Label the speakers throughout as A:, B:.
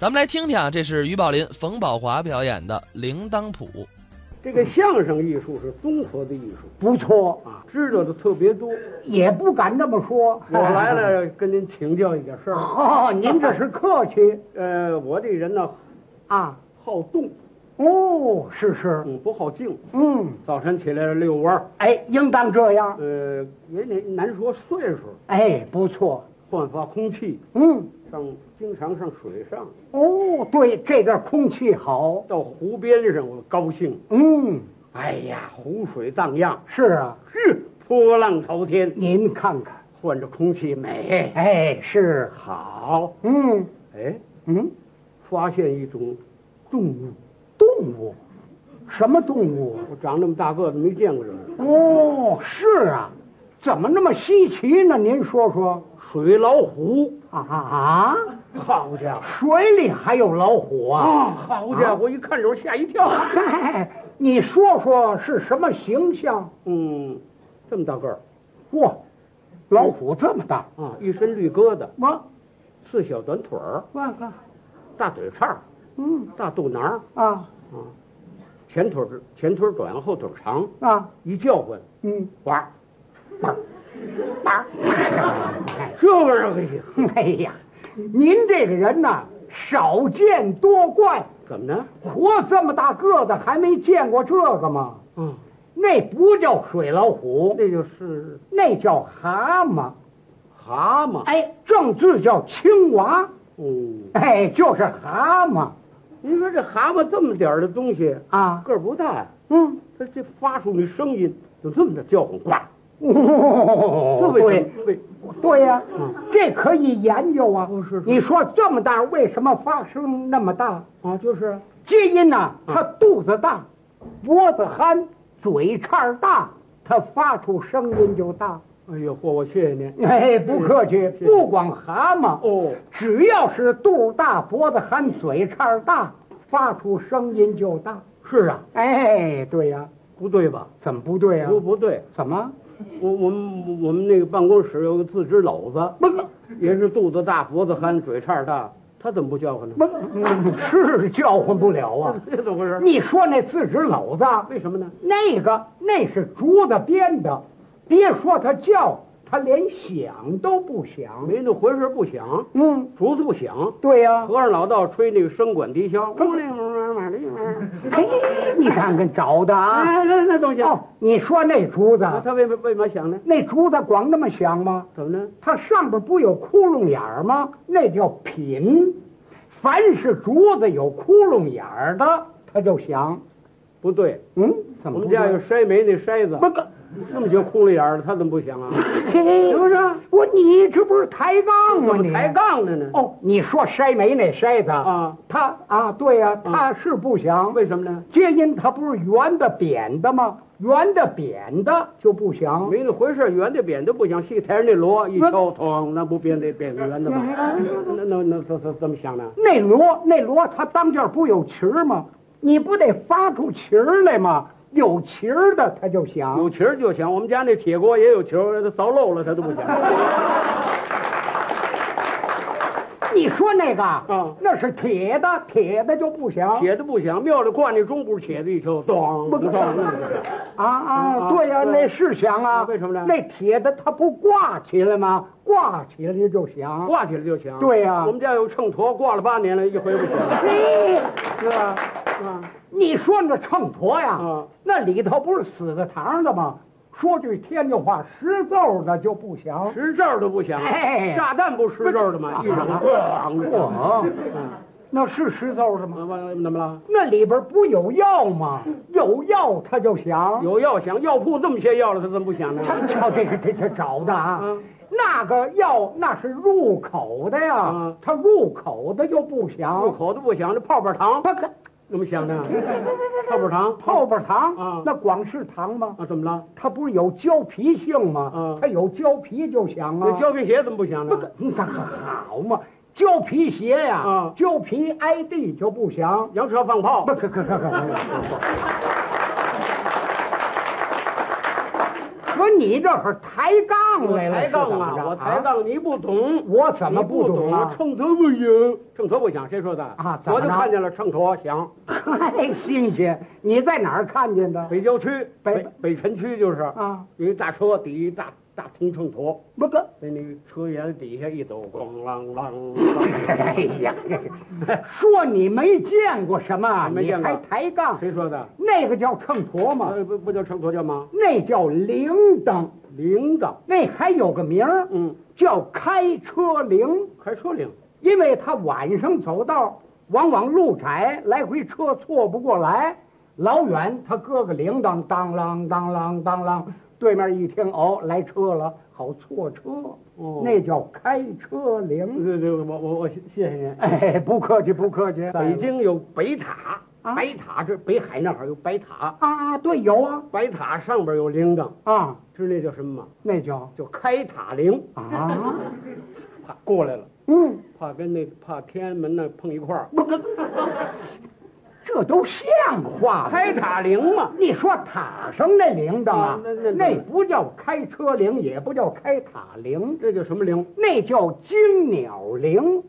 A: 咱们来听听啊，这是于宝林、冯宝华表演的《铃铛谱》。
B: 这个相声艺术是综合的艺术
C: 不错，
B: 啊，知道的特别多。
C: 也不敢这么说。
B: 我来， 了，跟您请教一点事儿。
C: 哦，您这是客气
B: 呃，我这人呢，
C: 啊。
B: 好动，
C: 哦，是是，
B: 嗯，不好静。
C: 嗯，
B: 早晨起来遛弯儿，
C: 哎，应当这样。
B: 呃，也难难说岁数，
C: 哎，不错。
B: 焕发空气，
C: 嗯，
B: 上经常上水上，
C: 哦，对，这边空气好。
B: 到湖边上我高兴。
C: 嗯，
B: 哎呀，湖水荡漾，
C: 是啊，
B: 哼，波浪滔天，
C: 您看看，
B: 换着空气美
C: 哎，是，
B: 好。
C: 嗯
B: 哎，
C: 嗯，
B: 发现一种动物，
C: 动物，什么动物？
B: 我长那么大个子没见过这种。
C: 哦，是啊，怎么那么稀奇呢？您说说
B: 水老虎，
C: 啊啊！
B: 好家伙！
C: 水里还有老虎啊！
B: 啊，好家伙！一看着吓一跳。
C: 嗨，你说说是什么形象？
B: 嗯，这么大个儿
C: 哇，老虎这么大！
B: 啊，一身绿疙瘩，
C: 我
B: 四小短腿儿，
C: 我个，
B: 大嘴叉儿，
C: 嗯
B: 大肚腩儿，
C: 啊
B: 前腿儿前腿儿短，后腿儿长，
C: 啊
B: 一叫唤，
C: 嗯，
B: 呱，这玩意儿哎呀
C: 哎呀，您这个人呐，少见多怪，
B: 怎么呢？
C: 活这么大个子还没见过这个吗？
B: 啊，
C: 那不叫水老虎，
B: 那就是
C: 那叫蛤蟆。
B: 蛤蟆。
C: 哎，正字叫青蛙，
B: 嗯，
C: 哎，就是蛤蟆
B: 您说这蛤蟆这么点儿的东西，
C: 啊。
B: 个儿不大呀，
C: 嗯，
B: 它这发出那声音就这么的叫唤，呱，这
C: 哦
B: 为什么？
C: 对
B: 为
C: 对呀、这可以研究啊。
B: 嗯哦是是
C: 你说这么大，为什么发声那么大？
B: 啊，就是啊
C: 皆因呐、它肚子大，脖子憨，嘴叉儿大，它发出声音就大。
B: 哎呦嚯，我谢谢您。
C: 哎，不客气，
B: 是
C: 不光蛤蟆
B: 哦，
C: 只要是肚大、脖子憨、嘴叉儿大，发出声音就大。
B: 是啊，
C: 哎，对呀、
B: 不对吧？
C: 怎么不对啊呀、
B: 不不对，
C: 怎么？
B: 我我们我们那个办公室有个自知篓子，
C: 不不
B: 也是肚子大、脖子憨、嘴叉大，他怎么不叫唤 呢？
C: 不，嗯是叫唤不了啊！
B: 这怎么回事？
C: 你说那自制篓子，
B: 为什么呢？
C: 那个那是竹子编的，别说它叫，它连响都不响。
B: 没那回事，不响，
C: 嗯，
B: 竹子不响。
C: 对呀、
B: 和尚老道吹那个笙管笛箫，嗡铃嗡马铃嗡，
C: 嘿，你看看找的啊！
B: 嗯哎，那那东西，
C: 哦，你说那竹子，
B: 啊，他为为嘛响呢？
C: 那竹子光那么响吗？
B: 怎么呢？
C: 它上边不有窟窿眼儿吗？那叫品。凡是竹子有窟窿眼儿的，它就响。
B: 不对，
C: 嗯，怎
B: 我
C: 么
B: 们
C: 不
B: 家有
C: 对
B: 筛煤那筛子，
C: 不可，
B: 那么些窟窿眼儿的，他怎么不 响啊？
C: 是不是？我你这不是抬杠吗？
B: 怎么
C: 你
B: 抬杠的呢？
C: 哦，你说筛煤那筛子
B: 啊，
C: 它啊，对呀、它是不响，
B: 为什么呢？
C: 皆因它不是圆的扁的吗？圆的扁的就不响。
B: 没那回事，圆的扁的不响，戏台上那锣一敲，哐，那不扁的扁的圆的吗？那那那怎怎怎么响呢？
C: 那锣那锣，它当间不有旗儿吗？你不得发出旗儿来吗？有旗儿的它就响。
B: 有旗儿就响，我们家那铁锅也有旗儿，它凿漏了它都不响。
C: 你说那个
B: 啊
C: 那是铁的，铁的就不响。
B: 铁的不响，庙里挂那钟鼓，铁的一敲，咚
C: 不
B: 咚
C: 可
B: 咚。啊
C: 啊啊，对呀、
B: 对
C: 那是响啊。
B: 为什么呢
C: 那铁的它不挂起来吗？挂起来就响。
B: 挂起来就响。
C: 对呀
B: 我们家有秤砣，挂了八年了，一回不响。
C: 嘿，
B: 是吧？啊，
C: 你说那秤砣呀，
B: 啊
C: 那里头不是死个堂的吗？说句天津话，识奏的就不响。
B: 实照都不响。
C: 哎
B: 炸弹不实照的吗？一扔，咣。
C: 哇，那是识奏的吗？
B: 完完怎么了？
C: 那里边不有药吗？有药它就响。
B: 嗯有药响，药铺这么些药了，它怎么不响呢？
C: 瞧瞧这个这这找的啊，
B: 嗯
C: 那个药那是入口的呀，
B: 嗯
C: 它入口的就不
B: 入
C: 响。
B: 口都不响，这泡泡糖
C: 它可
B: 怎么响呢？泡泡糖
C: 泡泡糖，
B: 嗯
C: 那光是糖吗？
B: 啊，怎么了？
C: 它不是有胶皮性吗？
B: 嗯
C: 它有胶皮就响啊。
B: 那胶皮鞋怎么不响
C: 不
B: 呢
C: 可，？你看好嘛，胶皮鞋呀、
B: 嗯
C: 胶皮挨地就不响。
B: 洋车放炮
C: 不，可可可可可可。可你这会儿抬杠
B: 我
C: 来了，
B: 抬杠
C: 是怎么
B: 啊，
C: 着
B: 我抬，杠，你不懂，
C: 我怎么
B: 你不
C: 懂啊？
B: 秤砣不响，秤砣不响，谁说的
C: 啊怎么
B: 我
C: 着
B: 就看见了秤砣响，
C: 太新鲜！你在哪儿看见的？
B: 北郊区
C: 北
B: 北北城区就是
C: 啊，
B: 有一大车底一大大铜秤砣，
C: 不哥，
B: 在那个车沿底下一抖，咣啷啷
C: 哎
B: 啷。
C: 呀，说你没见过什么，啊
B: 没
C: 你
B: 见过
C: 还抬 杠？
B: 谁说的？
C: 那个叫秤砣吗？
B: 呃，不不叫秤砣叫吗？
C: 那叫铃铛，
B: 铃铛。
C: 那还有个名儿
B: 嗯，
C: 叫开车铃，
B: 开车铃。
C: 因为他晚上走道，往往路窄，来回车错不过来，老远他搁个铃铛，当啷当啷当啷，对面一听哦，来车了，好错车，
B: 哦
C: 那叫开车铃。
B: 对对，我我我谢谢您。
C: 哎，不客气，不客气。
B: 北京有北塔，
C: 啊
B: 白塔这北海那儿有白塔，
C: 啊，对，有啊
B: 白塔上边有铃铛，
C: 啊，
B: 知那叫什么吗？
C: 那叫
B: 叫开塔铃。
C: 啊，
B: 怕过来了，
C: 嗯，
B: 怕跟那怕天安门那碰一块儿。
C: 不跟，这都像话吗？
B: 开塔铃嘛，
C: 你说塔上那铃铛啊
B: 啊，那那
C: 那不叫开车铃，也不叫开塔铃，
B: 这叫什么铃？
C: 那叫金鸟铃。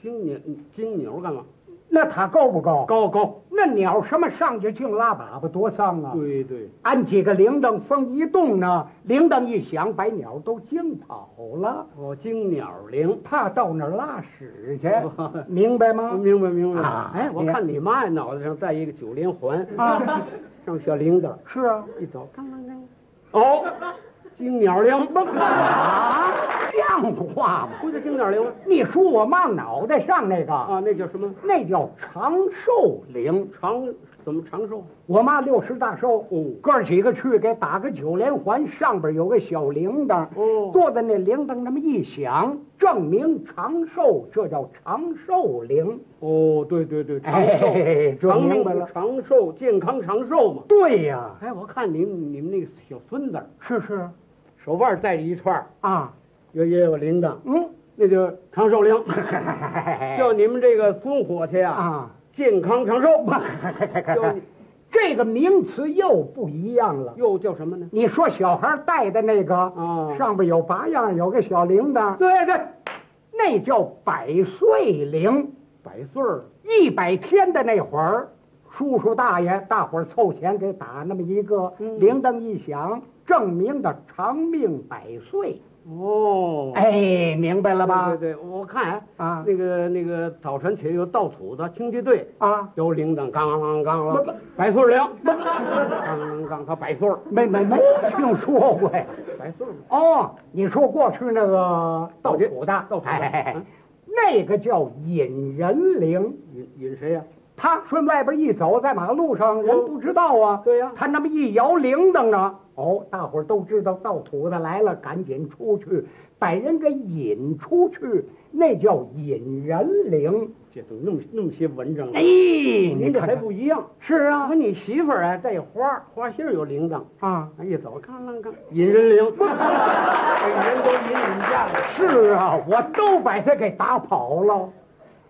B: 金牛金牛干嘛？
C: 那塔高不高？。
B: 高高。
C: 那鸟什么上去净拉粑粑，多脏啊！
B: 对对，
C: 安几个铃铛，风一动呢，铃铛一响，把鸟都惊跑了，
B: 哦，金鸟铃。，
C: 怕到那儿拉屎去明白吗？
B: 明白明白
C: 啊。
B: 哎，我
C: 你
B: 看你妈呀，脑袋上戴一个九连环，
C: 啊，
B: 上小铃铛
C: 是啊。
B: 一走，当当当。哦，金鸟 铃，不
C: 啊，像话吗？
B: 不就金鸟铃吗？
C: 你说我妈脑袋上那个，
B: 啊，那叫什么
C: 那叫长寿铃。
B: 长？怎么长寿？
C: 我妈六十大寿，
B: 哦
C: 哥儿几个去给打个九连环，上边有个小铃铛，
B: 哦
C: 坐在那铃铛那么一响，证明长寿，这叫长寿铃。
B: 哦，对对对，长寿，
C: 哎这
B: 长
C: 明
B: 命
C: 白了
B: 长寿，健康长寿嘛。
C: 对呀、
B: 哎，我看你们你们那个小孙子
C: 是是
B: 手腕戴着一串儿，
C: 啊，
B: 有也有铃铛，
C: 嗯，
B: 那叫长寿铃。叫你们这个孙伙计啊，
C: 啊，
B: 健康长 寿。叫你
C: 这个名词又不一样了。
B: 又叫什么呢？
C: 你说小孩戴的那个，
B: 啊
C: 上边有八样，有个小铃铛，
B: 对对，
C: 那叫百岁铃。
B: 百岁儿
C: 一百天的那会儿，叔叔大爷大伙儿凑钱给打那么一个
B: 嗯
C: 铃铛一响，证明的长命百岁。
B: 哦。
C: 哎，明白了吧？
B: 对对对，我看哎
C: 啊
B: 那个那个早晨起来有倒土的清洁队，
C: 啊，
B: 有铃铛，杠啷杠
C: 不
B: 啷，百岁儿铃，杠啷杠，他百岁儿，
C: 没没没听说过呀。
B: 百岁儿嘛
C: 哦，你说过去那个
B: 倒
C: 倒
B: 贴
C: 土的，
B: 倒土的
C: 哎
B: 嗯
C: 那个叫引人铃。
B: 引引谁呀？
C: 他顺外边一走，在马路上人不知道啊。
B: 哦对呀
C: 他那么一摇铃铛呢，哦，大伙儿都知道盗土的来了，赶紧出去，把人给引出去，那叫引人铃。
B: 这都那么那么些文章了，
C: 哎，你
B: 您这
C: 看
B: 还
C: 看，
B: 不一样。
C: 是
B: 我
C: 啊
B: 跟你媳妇儿啊，带花，花心儿有铃铛，
C: 啊，
B: 一走杠啷杠，引人铃， 哎人都引你家了。
C: 是啊，我都把他给打跑了，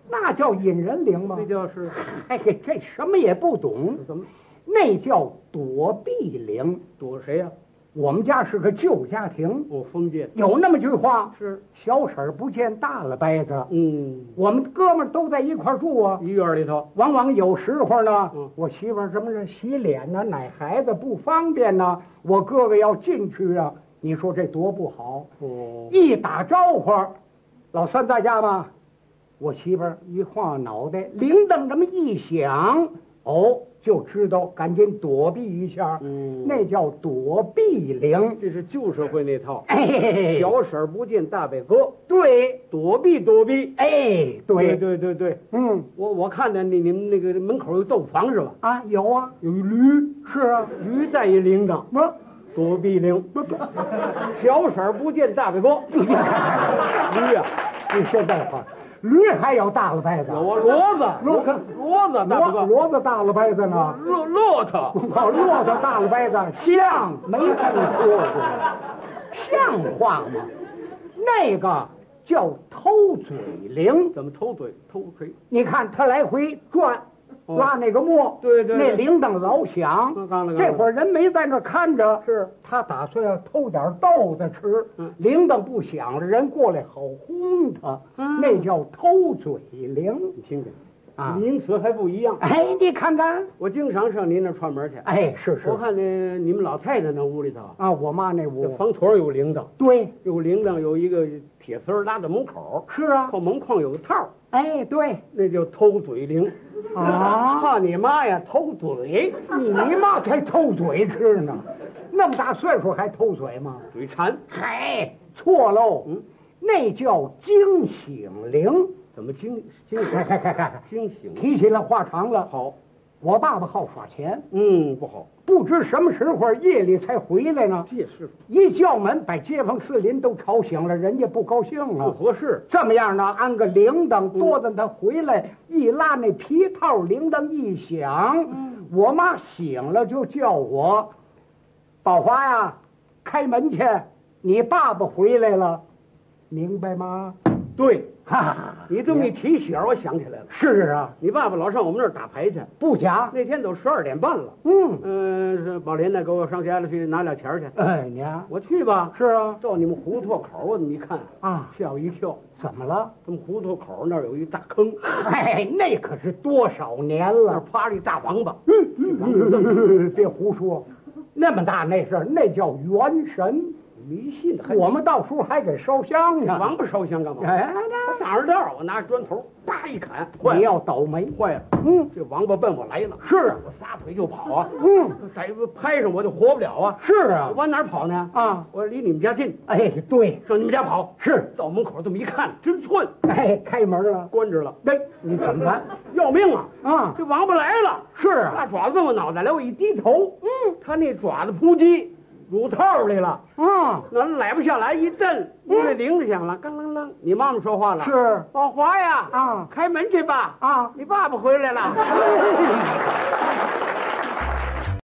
C: 那叫引人铃吗
B: 这？就是
C: 哎，这什么也不懂，
B: 怎么
C: 那叫躲避铃。
B: 躲谁呀？
C: 我们家是个旧家庭，
B: 我封建
C: 有那么句话
B: 是，
C: 小婶儿不见大了掰子。
B: 嗯，
C: 我们哥们儿都在一块儿住啊，
B: 一院里头，
C: 往往有时候呢，
B: 嗯
C: 我媳妇儿什么是洗脸呢、奶孩子不方便呢、我哥哥要进去啊，你说这多不好！
B: 哦，
C: 一打招呼，老三在家吗？我媳妇儿一晃脑袋，铃铛这么一响，哦，就知道赶紧躲避一下，
B: 嗯
C: 那叫躲避铃。
B: 这是旧社会那套，
C: 哎嘿嘿嘿，
B: 小婶儿不见大伯哥，
C: 对，
B: 躲避躲避。
C: 哎，对，
B: 对对对，
C: 嗯
B: 我我看见你你们那个门口有豆腐房是吧？
C: 啊，有啊，嗯
B: 有一驴，
C: 是啊，
B: 驴带一铃铛，
C: 我。
B: 躲避铃。 小婶儿不见大伯 哥，驴呀、
C: 你现在话，驴还有大了掰子，
B: 有啊，骡子，
C: 骡子
B: 骡子，大伯
C: 骡
B: 哥，
C: 骡子大了嗯掰子呢，
B: 骆骆驼，
C: 我骆驼大了掰子，像没
B: 哎
C: 听说过，像话吗？那个叫偷嘴铃，
B: 怎么偷嘴偷谁？
C: 你看他来回转，
B: 哦
C: 拉那个磨，
B: 对对对
C: 那铃铛老响
B: 嗯刚了刚。了
C: 这会儿人没在那儿看着，
B: 是
C: 他打算要偷点豆子吃
B: 嗯，
C: 铃铛不响了，人过来好轰他，
B: 嗯
C: 那叫偷嘴铃
B: 你听听，
C: 啊！
B: 名词还不一样。
C: 哎，你看看，
B: 我经常上您那儿串门去，
C: 哎，是是
B: 我看见你们老太太那屋里头啊，
C: 啊，我妈那
B: 这
C: 屋，
B: 房头有铃铛，
C: 对，
B: 有铃铛，有一个铁丝儿拉在门口，
C: 是啊，
B: 靠门框有个套儿，
C: 哎，对
B: 那叫偷嘴铃。
C: 啊。
B: 怕你妈呀，偷嘴，
C: 你嘛才偷嘴吃呢？那么大岁数还偷嘴吗？
B: 嘴馋，
C: 嗨，哎错喽，
B: 嗯
C: 那叫惊醒铃。
B: 怎么惊惊
C: 嗨嗨嗨嗨
B: 惊醒？
C: 提起来话长了。好，我爸爸好耍钱，
B: 嗯，不好，
C: 不知什么时候夜里才回来呢。
B: 这是
C: 一叫门，把街坊四邻都吵醒了，人家不高兴
B: 不
C: 了。
B: 合适。
C: 这么样呢，安个铃铛，多着他回来，一拉那皮套，铃铛一响，
B: 嗯
C: 我妈醒了就叫我，宝华呀，开门去，你爸爸回来了，明白吗？
B: 对
C: 哈哈，
B: 你这么一提醒儿，我想起来了，
C: 是啊，
B: 你爸爸老上我们那儿打牌去，
C: 不假，
B: 那天都十二点半了。
C: 嗯，
B: 嗯，是宝林呢，给我上家里去拿俩钱儿去。
C: 哎娘，
B: 我去吧，
C: 是啊，
B: 到你们胡同口儿，我这么一看，
C: 啊，
B: 吓我一跳。
C: 怎么了？
B: 他们胡同口儿那儿有一大坑，
C: 嗨，那可是多少
B: 那
C: 年
B: 儿
C: 了，
B: 趴着一大王八。
C: 别胡说，那么大那事儿，那叫元神。
B: 迷信的，还
C: 我们到时候还给烧香呢。
B: 王八烧香干嘛？
C: 哎，
B: 我挡着道儿，我拿砖头叭一砍，
C: 那
B: 坏
C: 你
B: 了，
C: 要倒霉。
B: 坏了！
C: 嗯，
B: 这王八奔我来了，
C: 是啊
B: 我撒腿就跑啊！
C: 嗯，
B: 逮拍上我就活不了啊！
C: 是啊
B: 我，往哪儿跑呢？
C: 啊，
B: 我离你们家近，
C: 哎，对，
B: 上你们家跑。
C: 是，
B: 到门口这么一看，真寸，
C: 哎，开门了，
B: 关着了，
C: 那哎你怎么办？
B: 要命啊！
C: 啊，
B: 这王八来了，
C: 是啊，
B: 大爪子奔我脑袋来，我一低头，嗯，他那爪子扑击乳套里了，
C: 啊，嗯
B: 那来不下来，一震，那铃子响了，当啷啷，你妈妈说话了，
C: 是
B: 宝华呀，
C: 啊
B: 开门去吧，
C: 啊，
B: 你爸爸回来了。